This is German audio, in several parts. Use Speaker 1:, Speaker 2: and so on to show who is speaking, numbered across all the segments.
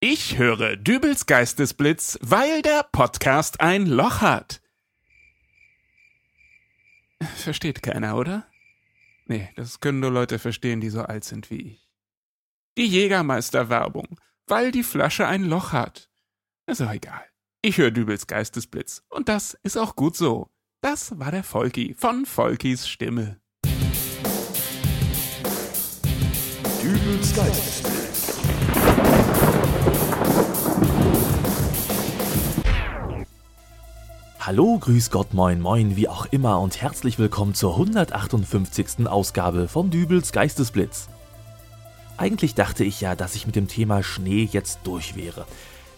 Speaker 1: Ich höre Dübels Geistesblitz, weil der Podcast ein Loch hat. Versteht keiner, oder? Nee, das können nur Leute verstehen, die so alt sind wie ich. Die Jägermeisterwerbung, weil die Flasche ein Loch hat. Ist auch egal. Ich höre Dübels Geistesblitz. Und das ist auch gut so. Das war der Volki von Volkis Stimme.
Speaker 2: Dübels Geistesblitz.
Speaker 3: Hallo, grüß Gott, moin, moin, wie auch immer und herzlich willkommen zur 158. Ausgabe von Dübels Geistesblitz. Eigentlich dachte ich ja, dass ich mit dem Thema Schnee jetzt durch wäre.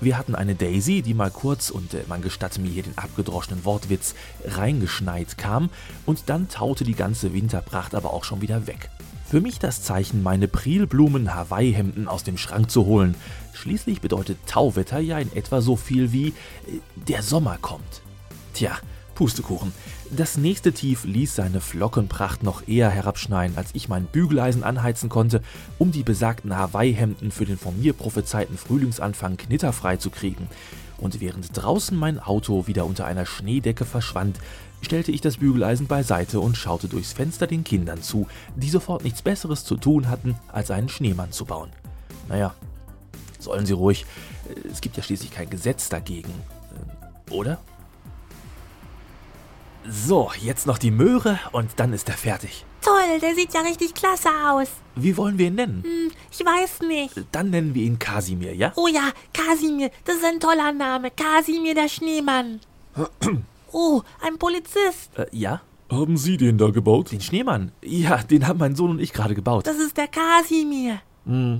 Speaker 3: Wir hatten eine Daisy, die mal kurz, und äh, man gestatte mir hier den abgedroschenen Wortwitz, reingeschneit kam, und dann taute die ganze Winterpracht aber auch schon wieder weg. Für mich das Zeichen, meine Prilblumen Hawaii-Hemden aus dem Schrank zu holen. Schließlich bedeutet Tauwetter ja in etwa so viel wie äh, der Sommer kommt. Tja, Pustekuchen. Das nächste Tief ließ seine Flockenpracht noch eher herabschneien, als ich mein Bügeleisen anheizen konnte, um die besagten Hawaii-Hemden für den von mir prophezeiten Frühlingsanfang knitterfrei zu kriegen. Und während draußen mein Auto wieder unter einer Schneedecke verschwand, stellte ich das Bügeleisen beiseite und schaute durchs Fenster den Kindern zu, die sofort nichts Besseres zu tun hatten, als einen Schneemann zu bauen. Naja, sollen sie ruhig. Es gibt ja schließlich kein Gesetz dagegen. äh, Oder? So, jetzt noch die Möhre und dann ist er fertig.
Speaker 4: Toll, der sieht ja richtig klasse aus.
Speaker 3: Wie wollen wir ihn nennen?
Speaker 4: Hm, ich weiß nicht.
Speaker 3: Dann nennen wir ihn Kasimir, ja?
Speaker 4: Oh ja, Kasimir, das ist ein toller Name. Kasimir der Schneemann. Oh, ein Polizist.
Speaker 3: Äh, ja?
Speaker 2: Haben Sie den da gebaut?
Speaker 3: Den Schneemann? Ja, den haben mein Sohn und ich gerade gebaut.
Speaker 4: Das ist der Kasimir.
Speaker 2: Äh,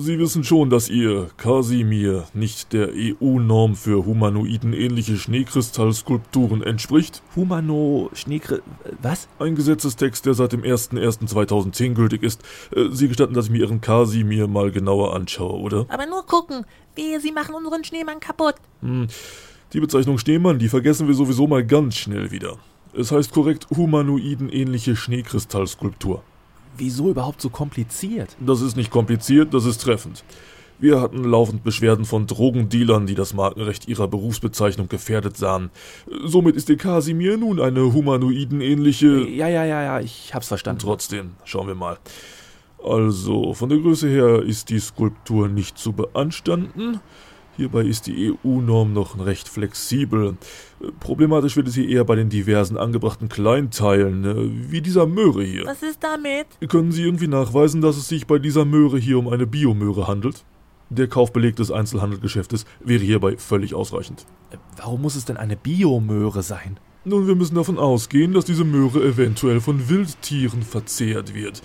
Speaker 2: Sie wissen schon, dass Ihr Kasimir nicht der EU-Norm für humanoidenähnliche Schneekristallskulpturen entspricht?
Speaker 3: Humano Schneekr... äh, Was?
Speaker 2: Ein Gesetzestext, der seit dem 01.01.2010 gültig ist. Äh, Sie gestatten, dass ich mir Ihren Kasimir mal genauer anschaue, oder?
Speaker 4: Aber nur gucken. Wehe, sie machen unseren Schneemann kaputt.
Speaker 2: Die Bezeichnung Schneemann, die vergessen wir sowieso mal ganz schnell wieder. Es heißt korrekt humanoidenähnliche Schneekristallskulptur.
Speaker 3: Wieso überhaupt so kompliziert?
Speaker 2: Das ist nicht kompliziert, das ist treffend. Wir hatten laufend Beschwerden von Drogendealern, die das Markenrecht ihrer Berufsbezeichnung gefährdet sahen. Somit ist der Kasimir nun eine humanoidenähnliche.
Speaker 3: Ja, ja, ja, ja, ich hab's verstanden.
Speaker 2: Trotzdem, schauen wir mal. Also, von der Größe her ist die Skulptur nicht zu beanstanden. Hierbei ist die EU-Norm noch recht flexibel. Äh, Problematisch wird es hier eher bei den diversen angebrachten Kleinteilen, äh, wie dieser Möhre hier.
Speaker 4: Was ist damit?
Speaker 2: Können Sie irgendwie nachweisen, dass es sich bei dieser Möhre hier um eine Biomöhre handelt? Der Kaufbeleg des Einzelhandelgeschäftes wäre hierbei völlig ausreichend.
Speaker 3: Äh, Warum muss es denn eine Biomöhre sein?
Speaker 2: Nun, wir müssen davon ausgehen, dass diese Möhre eventuell von Wildtieren verzehrt wird.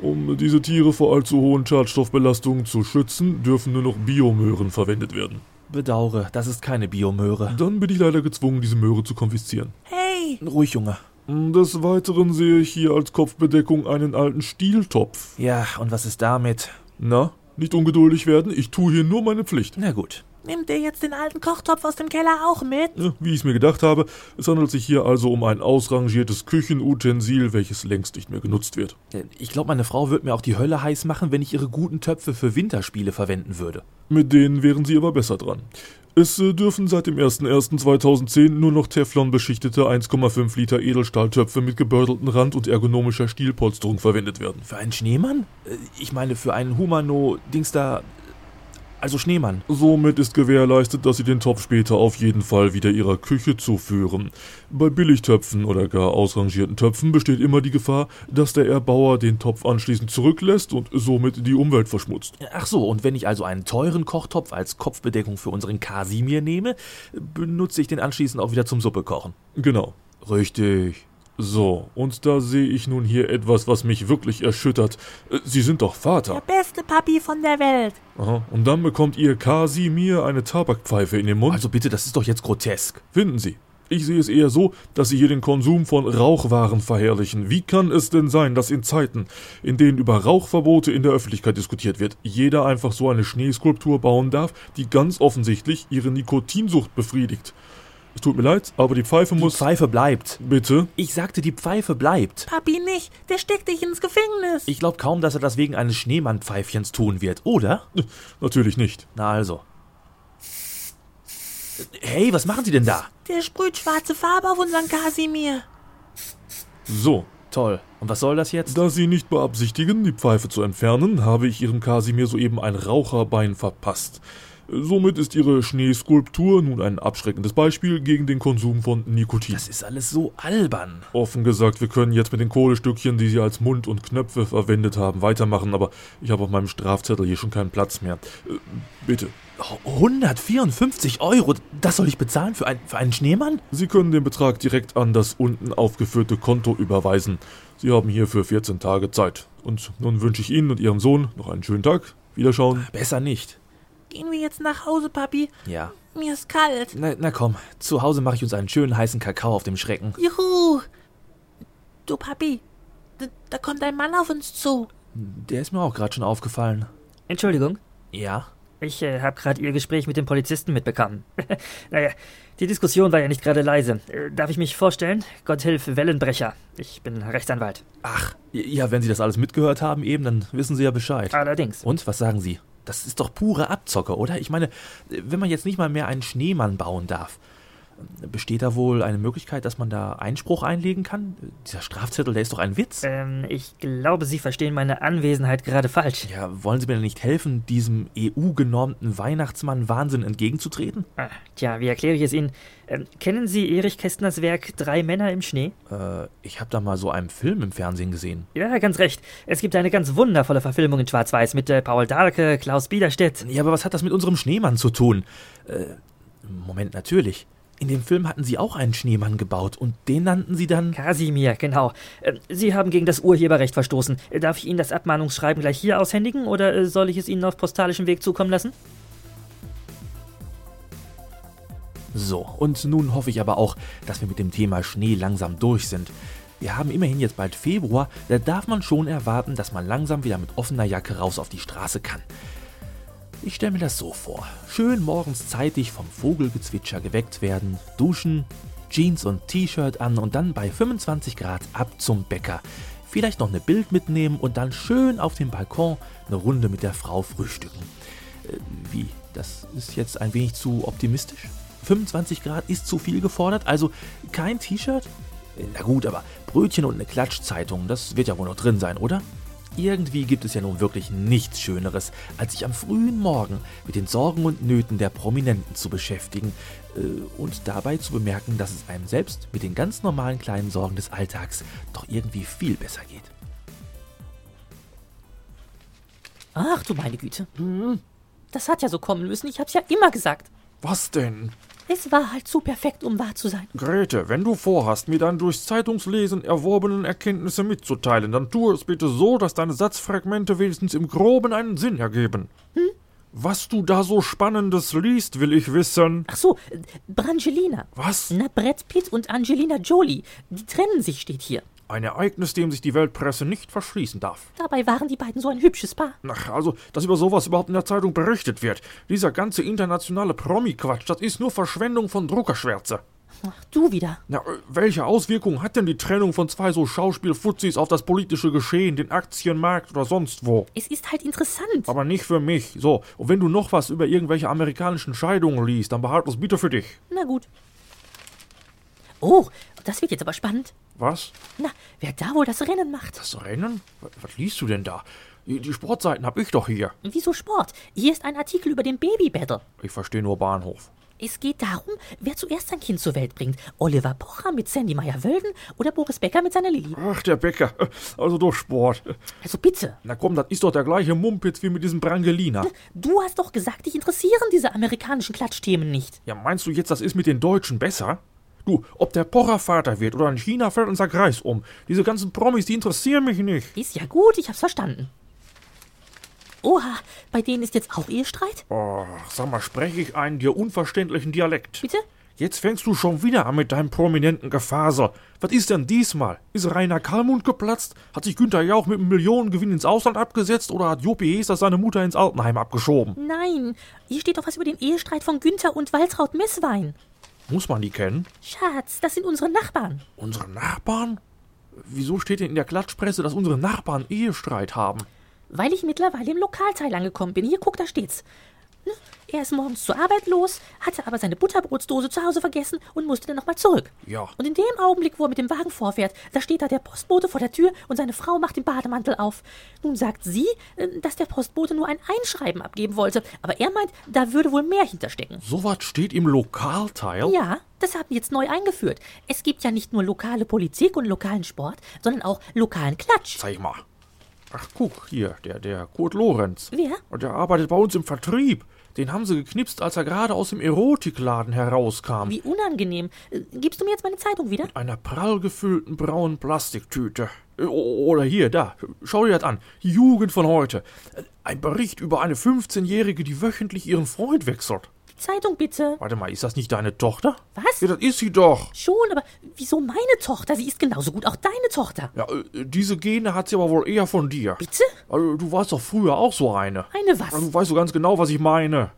Speaker 2: Um diese Tiere vor allzu hohen Schadstoffbelastungen zu schützen, dürfen nur noch Biomöhren verwendet werden.
Speaker 3: Bedaure, das ist keine Biomöhre.
Speaker 2: Dann bin ich leider gezwungen, diese Möhre zu konfiszieren.
Speaker 4: Hey,
Speaker 3: Ruhig, Junge.
Speaker 2: Des Weiteren sehe ich hier als Kopfbedeckung einen alten Stieltopf.
Speaker 3: Ja, und was ist damit?
Speaker 2: Na, nicht ungeduldig werden, ich tue hier nur meine Pflicht.
Speaker 3: Na gut.
Speaker 4: nimmt ihr jetzt den alten Kochtopf aus dem Keller auch mit?
Speaker 2: Ja, Wie ich es mir gedacht habe, es handelt sich hier also um ein ausrangiertes Küchenutensil, welches längst nicht mehr genutzt wird.
Speaker 3: Äh, Ich glaube, meine Frau würde mir auch die Hölle heiß machen, wenn ich ihre guten Töpfe für Winterspiele verwenden würde.
Speaker 2: Mit denen wären sie aber besser dran. Es äh, dürfen seit dem 01.01.2010 nur noch Teflon-beschichtete 1,5 Liter Edelstahltöpfe mit gebördeltem Rand und ergonomischer Stielpolsterung verwendet werden.
Speaker 3: Für einen Schneemann? Äh, Ich meine, für einen Humano-Dings da. Also Schneemann.
Speaker 2: Somit ist gewährleistet, dass sie den Topf später auf jeden Fall wieder ihrer Küche zuführen. Bei Billigtöpfen oder gar ausrangierten Töpfen besteht immer die Gefahr, dass der Erbauer den Topf anschließend zurücklässt und somit die Umwelt verschmutzt.
Speaker 3: Ach so, und wenn ich also einen teuren Kochtopf als Kopfbedeckung für unseren Kasimir nehme, benutze ich den anschließend auch wieder zum Suppe kochen.
Speaker 2: Genau.
Speaker 3: Richtig.
Speaker 2: So, und da sehe ich nun hier etwas, was mich wirklich erschüttert. Äh, Sie sind doch Vater.
Speaker 4: Der beste Papi von der Welt.
Speaker 2: Aha. Und dann bekommt ihr Kasimir eine Tabakpfeife in den Mund.
Speaker 3: Also bitte, das ist doch jetzt grotesk.
Speaker 2: finden Sie. Ich sehe es eher so, dass Sie hier den Konsum von Rauchwaren verherrlichen. Wie kann es denn sein, dass in Zeiten, in denen über Rauchverbote in der Öffentlichkeit diskutiert wird, jeder einfach so eine Schneeskulptur bauen darf, die ganz offensichtlich ihre Nikotinsucht befriedigt? Es tut mir leid, aber die Pfeife
Speaker 3: Die
Speaker 2: muss.
Speaker 3: Pfeife bleibt.
Speaker 2: Bitte?
Speaker 3: Ich sagte, die Pfeife bleibt.
Speaker 4: Papi nicht, der steckt dich ins Gefängnis.
Speaker 3: Ich glaube kaum, dass er das wegen eines Schneemannpfeifchens tun wird, oder?
Speaker 2: Natürlich nicht.
Speaker 3: Na also. Hey, was machen Sie denn da?
Speaker 4: der sprüht schwarze Farbe auf unseren Kasimir.
Speaker 2: So.
Speaker 3: Toll. Und was soll das jetzt?
Speaker 2: Da Sie nicht beabsichtigen, die Pfeife zu entfernen, habe ich Ihrem Kasimir soeben ein Raucherbein verpasst. Somit ist Ihre Schneeskulptur nun ein abschreckendes Beispiel gegen den Konsum von Nikotin.
Speaker 3: Das ist alles so albern.
Speaker 2: Offen gesagt, wir können jetzt mit den Kohlestückchen, die Sie als Mund und Knöpfe verwendet haben, weitermachen, aber ich habe auf meinem Strafzettel hier schon keinen Platz mehr. Äh, bitte.
Speaker 3: Oh, 154 Euro. Das soll ich bezahlen für, ein, für einen Schneemann?
Speaker 2: Sie können den Betrag direkt an das unten aufgeführte Konto überweisen. Sie haben hierfür 14 Tage Zeit. Und nun wünsche ich Ihnen und Ihrem Sohn noch einen schönen Tag. Wiederschauen.
Speaker 3: Besser nicht.
Speaker 4: Gehen wir jetzt nach Hause, Papi.
Speaker 3: Ja.
Speaker 4: Mir ist kalt.
Speaker 3: Na, na komm, zu Hause mache ich uns einen schönen heißen Kakao auf dem Schrecken.
Speaker 4: Juhu. Du, Papi, da, da kommt ein Mann auf uns zu.
Speaker 3: Der ist mir auch gerade schon aufgefallen.
Speaker 5: Entschuldigung,
Speaker 3: Ja?
Speaker 5: ich äh, habe gerade Ihr Gespräch mit dem Polizisten mitbekommen. naja, die Diskussion war ja nicht gerade leise. Äh, darf ich mich vorstellen? Gotthilf Wellenbrecher. Ich bin Rechtsanwalt.
Speaker 3: Ach, ja, wenn Sie das alles mitgehört haben eben, dann wissen Sie ja Bescheid.
Speaker 5: Allerdings.
Speaker 3: Und, was sagen Sie? Das ist doch pure Abzocke, oder? Ich meine, wenn man jetzt nicht mal mehr einen Schneemann bauen darf, besteht da wohl eine Möglichkeit, dass man da Einspruch einlegen kann? Dieser Strafzettel, der ist doch ein Witz.
Speaker 5: Ähm, ich glaube, Sie verstehen meine Anwesenheit gerade falsch.
Speaker 3: Ja, wollen Sie mir denn nicht helfen, diesem E EU-genormten Weihnachtsmann-Wahnsinn entgegenzutreten?
Speaker 5: Ah, tja, wie erkläre ich es Ihnen? Ähm, kennen Sie Erich Kästners Werk Drei Männer im Schnee?
Speaker 3: Äh, ich habe da mal so einen Film im Fernsehen gesehen.
Speaker 5: Ja, ganz recht. Es gibt eine ganz wundervolle Verfilmung in Schwarz-Weiß mit äh, Paul Dahlke, Klaus Biederstedt.
Speaker 3: Ja, aber was hat das mit unserem Schneemann zu tun? Äh, Moment, natürlich. In dem Film hatten sie auch einen Schneemann gebaut und den nannten sie dann.
Speaker 5: Kasimir, genau. Ähm, Sie haben gegen das Urheberrecht verstoßen. Äh, Darf ich Ihnen das Abmahnungsschreiben gleich hier aushändigen oder äh, soll ich es Ihnen auf postalischem Weg zukommen lassen?
Speaker 3: So, und nun hoffe ich aber auch, dass wir mit dem Thema Schnee langsam durch sind. Wir haben immerhin jetzt bald Februar, da darf man schon erwarten, dass man langsam wieder mit offener Jacke raus auf die Straße kann. Ich stelle mir das so vor. Schön morgens zeitig vom Vogelgezwitscher geweckt werden, duschen, Jeans und T-Shirt an und dann bei 25 Grad ab zum Bäcker. Vielleicht noch eine Bild mitnehmen und dann schön auf dem Balkon eine Runde mit der Frau frühstücken. Äh, Wie? Das ist jetzt ein wenig zu optimistisch? 25 Grad ist zu viel gefordert, also kein T-Shirt? Äh, Na gut, aber Brötchen und eine Klatschzeitung, das wird ja wohl noch drin sein, oder? Irgendwie gibt es ja nun wirklich nichts Schöneres, als sich am frühen Morgen mit den Sorgen und Nöten der Prominenten zu beschäftigen äh, und dabei zu bemerken, dass es einem selbst mit den ganz normalen kleinen Sorgen des Alltags doch irgendwie viel besser geht.
Speaker 6: Ach du meine Güte.
Speaker 5: Mhm.
Speaker 6: Das hat ja so kommen müssen. Ich hab's ja immer gesagt.
Speaker 2: Was denn?
Speaker 6: Es war halt zu perfekt, um wahr zu sein.
Speaker 2: Grete, wenn du vorhast, mir deine durchs Zeitungslesen erworbenen Erkenntnisse mitzuteilen, dann tue es bitte so, dass deine Satzfragmente wenigstens im Groben einen Sinn ergeben. Was du da so Spannendes liest, will ich wissen.
Speaker 6: Ach so, äh, Brangelina.
Speaker 2: Was?
Speaker 6: Na, Brad Pitt und Angelina Jolie. Die trennen sich, steht hier.
Speaker 2: Ein Ereignis, dem sich die Weltpresse nicht verschließen darf.
Speaker 6: Dabei waren die beiden so ein hübsches Paar.
Speaker 2: Ach, also, dass über sowas überhaupt in der Zeitung berichtet wird. Dieser ganze internationale Promi-Quatsch, das ist nur Verschwendung von Druckerschwärze.
Speaker 6: Ach, du wieder.
Speaker 2: Na, äh, welche Auswirkungen hat denn die Trennung von zwei so Schauspielfuzis auf das politische Geschehen, den Aktienmarkt oder sonst wo?
Speaker 6: Es ist halt interessant.
Speaker 2: Aber nicht für mich. So, und wenn du noch was über irgendwelche amerikanischen Scheidungen liest, dann behalt das bitte für dich.
Speaker 6: Na gut. Oh, das wird jetzt aber spannend.
Speaker 2: Was?
Speaker 6: Na, wer da wohl das Rennen macht?
Speaker 2: Das Rennen? Was, was liest du denn da? Die, die Sportseiten hab ich doch hier.
Speaker 6: Wieso Sport? Hier ist ein Artikel über den Baby-Battle.
Speaker 2: Ich verstehe nur Bahnhof.
Speaker 6: Es geht darum, wer zuerst sein Kind zur Welt bringt. Oliver Pocher mit Sandy Meyer-Wölden oder Boris Becker mit seiner Lilly.
Speaker 2: Ach, der Bäcker. Also doch Sport.
Speaker 6: Also bitte,
Speaker 2: Na komm, das ist doch der gleiche Mumpitz wie mit diesem Brangelina.
Speaker 6: du hast doch gesagt, dich interessieren diese amerikanischen Klatschthemen nicht.
Speaker 2: Ja, meinst du jetzt, das ist mit den Deutschen besser? Du, ob der Pocher Vater wird oder in China fällt unser Kreis um. Diese ganzen Promis, die interessieren mich nicht.
Speaker 6: Ist ja gut, ich hab's verstanden. Oha, bei denen ist jetzt auch Ehestreit?
Speaker 2: Ach, sag mal, spreche ich einen dir unverständlichen Dialekt?
Speaker 6: Bitte?
Speaker 2: Jetzt fängst du schon wieder an mit deinem prominenten Gefaser. Was ist denn diesmal? Ist Rainer Kalmund geplatzt? Hat sich Günther Jauch mit einem Millionengewinn ins Ausland abgesetzt oder hat Juppie Heser seine Mutter ins Altenheim abgeschoben?
Speaker 6: Nein, hier steht doch was über den Ehestreit von Günther und Waltraud Messwein.
Speaker 2: Muss man die kennen?
Speaker 6: Schatz, das sind unsere Nachbarn.
Speaker 2: Unsere Nachbarn? Wieso steht denn in der Klatschpresse, dass unsere Nachbarn Ehestreit haben?
Speaker 6: Weil ich mittlerweile im Lokalteil angekommen bin. Hier, guck, da steht's. Ne? Er ist morgens zur Arbeit los, hatte aber seine Butterbrotsdose zu Hause vergessen und musste dann nochmal zurück.
Speaker 2: Ja.
Speaker 6: Und in dem Augenblick, wo er mit dem Wagen vorfährt, da steht da der Postbote vor der Tür und seine Frau macht den Bademantel auf. Nun sagt sie, äh, dass der Postbote nur ein Einschreiben abgeben wollte, aber er meint, da würde wohl mehr hinterstecken.
Speaker 2: Sowas steht im Lokalteil?
Speaker 6: Ja, das haben wir jetzt neu eingeführt. Es gibt ja nicht nur lokale Politik und lokalen Sport, sondern auch lokalen Klatsch.
Speaker 2: Zeig mal. Ach, guck, hier, der, der Kurt Lorenz.
Speaker 6: Wer?
Speaker 2: Und der arbeitet bei uns im Vertrieb. Den haben sie geknipst, als er gerade aus dem Erotikladen herauskam.
Speaker 6: Wie unangenehm. Äh, Gibst du mir jetzt meine Zeitung wieder?
Speaker 2: Einer prall gefüllten braunen Plastiktüte. Äh, o- Oder hier, da. Schau dir das an. Die Jugend von heute. Äh, Ein Bericht über eine 15-Jährige, die wöchentlich ihren Freund wechselt.
Speaker 6: Die Zeitung bitte.
Speaker 2: Warte mal, ist das nicht deine Tochter?
Speaker 6: Was?
Speaker 2: Ja, das ist sie doch.
Speaker 6: Schon, aber wieso meine Tochter? Sie ist genauso gut auch deine Tochter.
Speaker 2: Ja, äh, diese Gene hat sie aber wohl eher von dir.
Speaker 6: Bitte?
Speaker 2: Also, du warst doch früher auch so eine. Ja,
Speaker 6: Eine
Speaker 2: Du
Speaker 3: Ähm.
Speaker 6: was?
Speaker 2: weißt so ganz genau, was ich meine.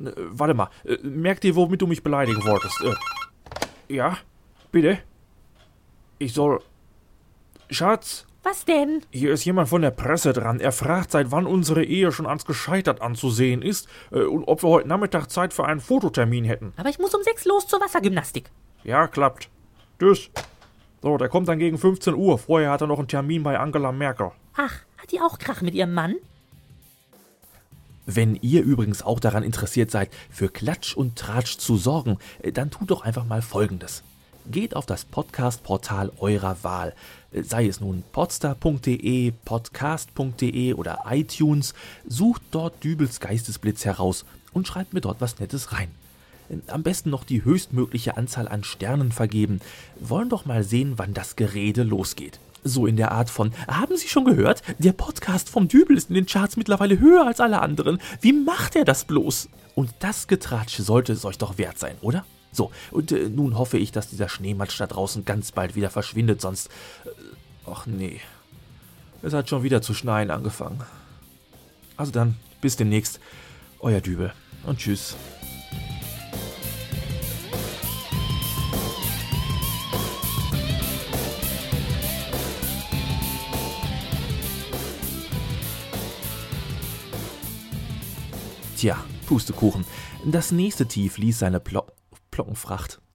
Speaker 2: Äh, warte mal, äh, merk dir, womit du mich beleidigen wolltest. Äh, ja, bitte? Ich soll... Schatz,
Speaker 6: Was denn?
Speaker 2: hier ist jemand von der Presse dran. Er fragt, seit wann unsere Ehe schon ans Gescheitert anzusehen ist äh, und ob wir heute Nachmittag Zeit für einen Fototermin hätten.
Speaker 6: Aber ich muss um sechs los zur Wassergymnastik.
Speaker 2: Ja, klappt. Tschüss. So, der kommt dann gegen 15 Uhr. Vorher hat er noch einen Termin bei Angela Merkel.
Speaker 6: Ach, hat die auch Krach mit ihrem Mann?
Speaker 3: Wenn ihr übrigens auch daran interessiert seid, für Klatsch und Tratsch zu sorgen, äh, dann tut doch einfach mal Folgendes. Geht auf das Podcast-Portal eurer Wahl, äh, sei es nun podster.de, podcast.de oder iTunes, sucht dort Dübels Geistesblitz heraus und schreibt mir dort was Nettes rein. Äh, Am besten noch die höchstmögliche Anzahl an Sternen vergeben. Wollen doch mal sehen, wann das Gerede losgeht. So in der Art von, haben Sie schon gehört? Der Podcast vom Dübel ist in den Charts mittlerweile höher als alle anderen. Wie macht er das bloß? Und das Getratsche sollte es euch doch wert sein, oder? So, und äh, nun hoffe ich, dass dieser Schneematsch da draußen ganz bald wieder verschwindet, sonst... Äh, ach nee. Es hat schon wieder zu schneien angefangen. Also dann, bis demnächst. Euer Dübel. Und tschüss. Tja, Pustekuchen. Das nächste Tief ließ seine Plo Plockenfracht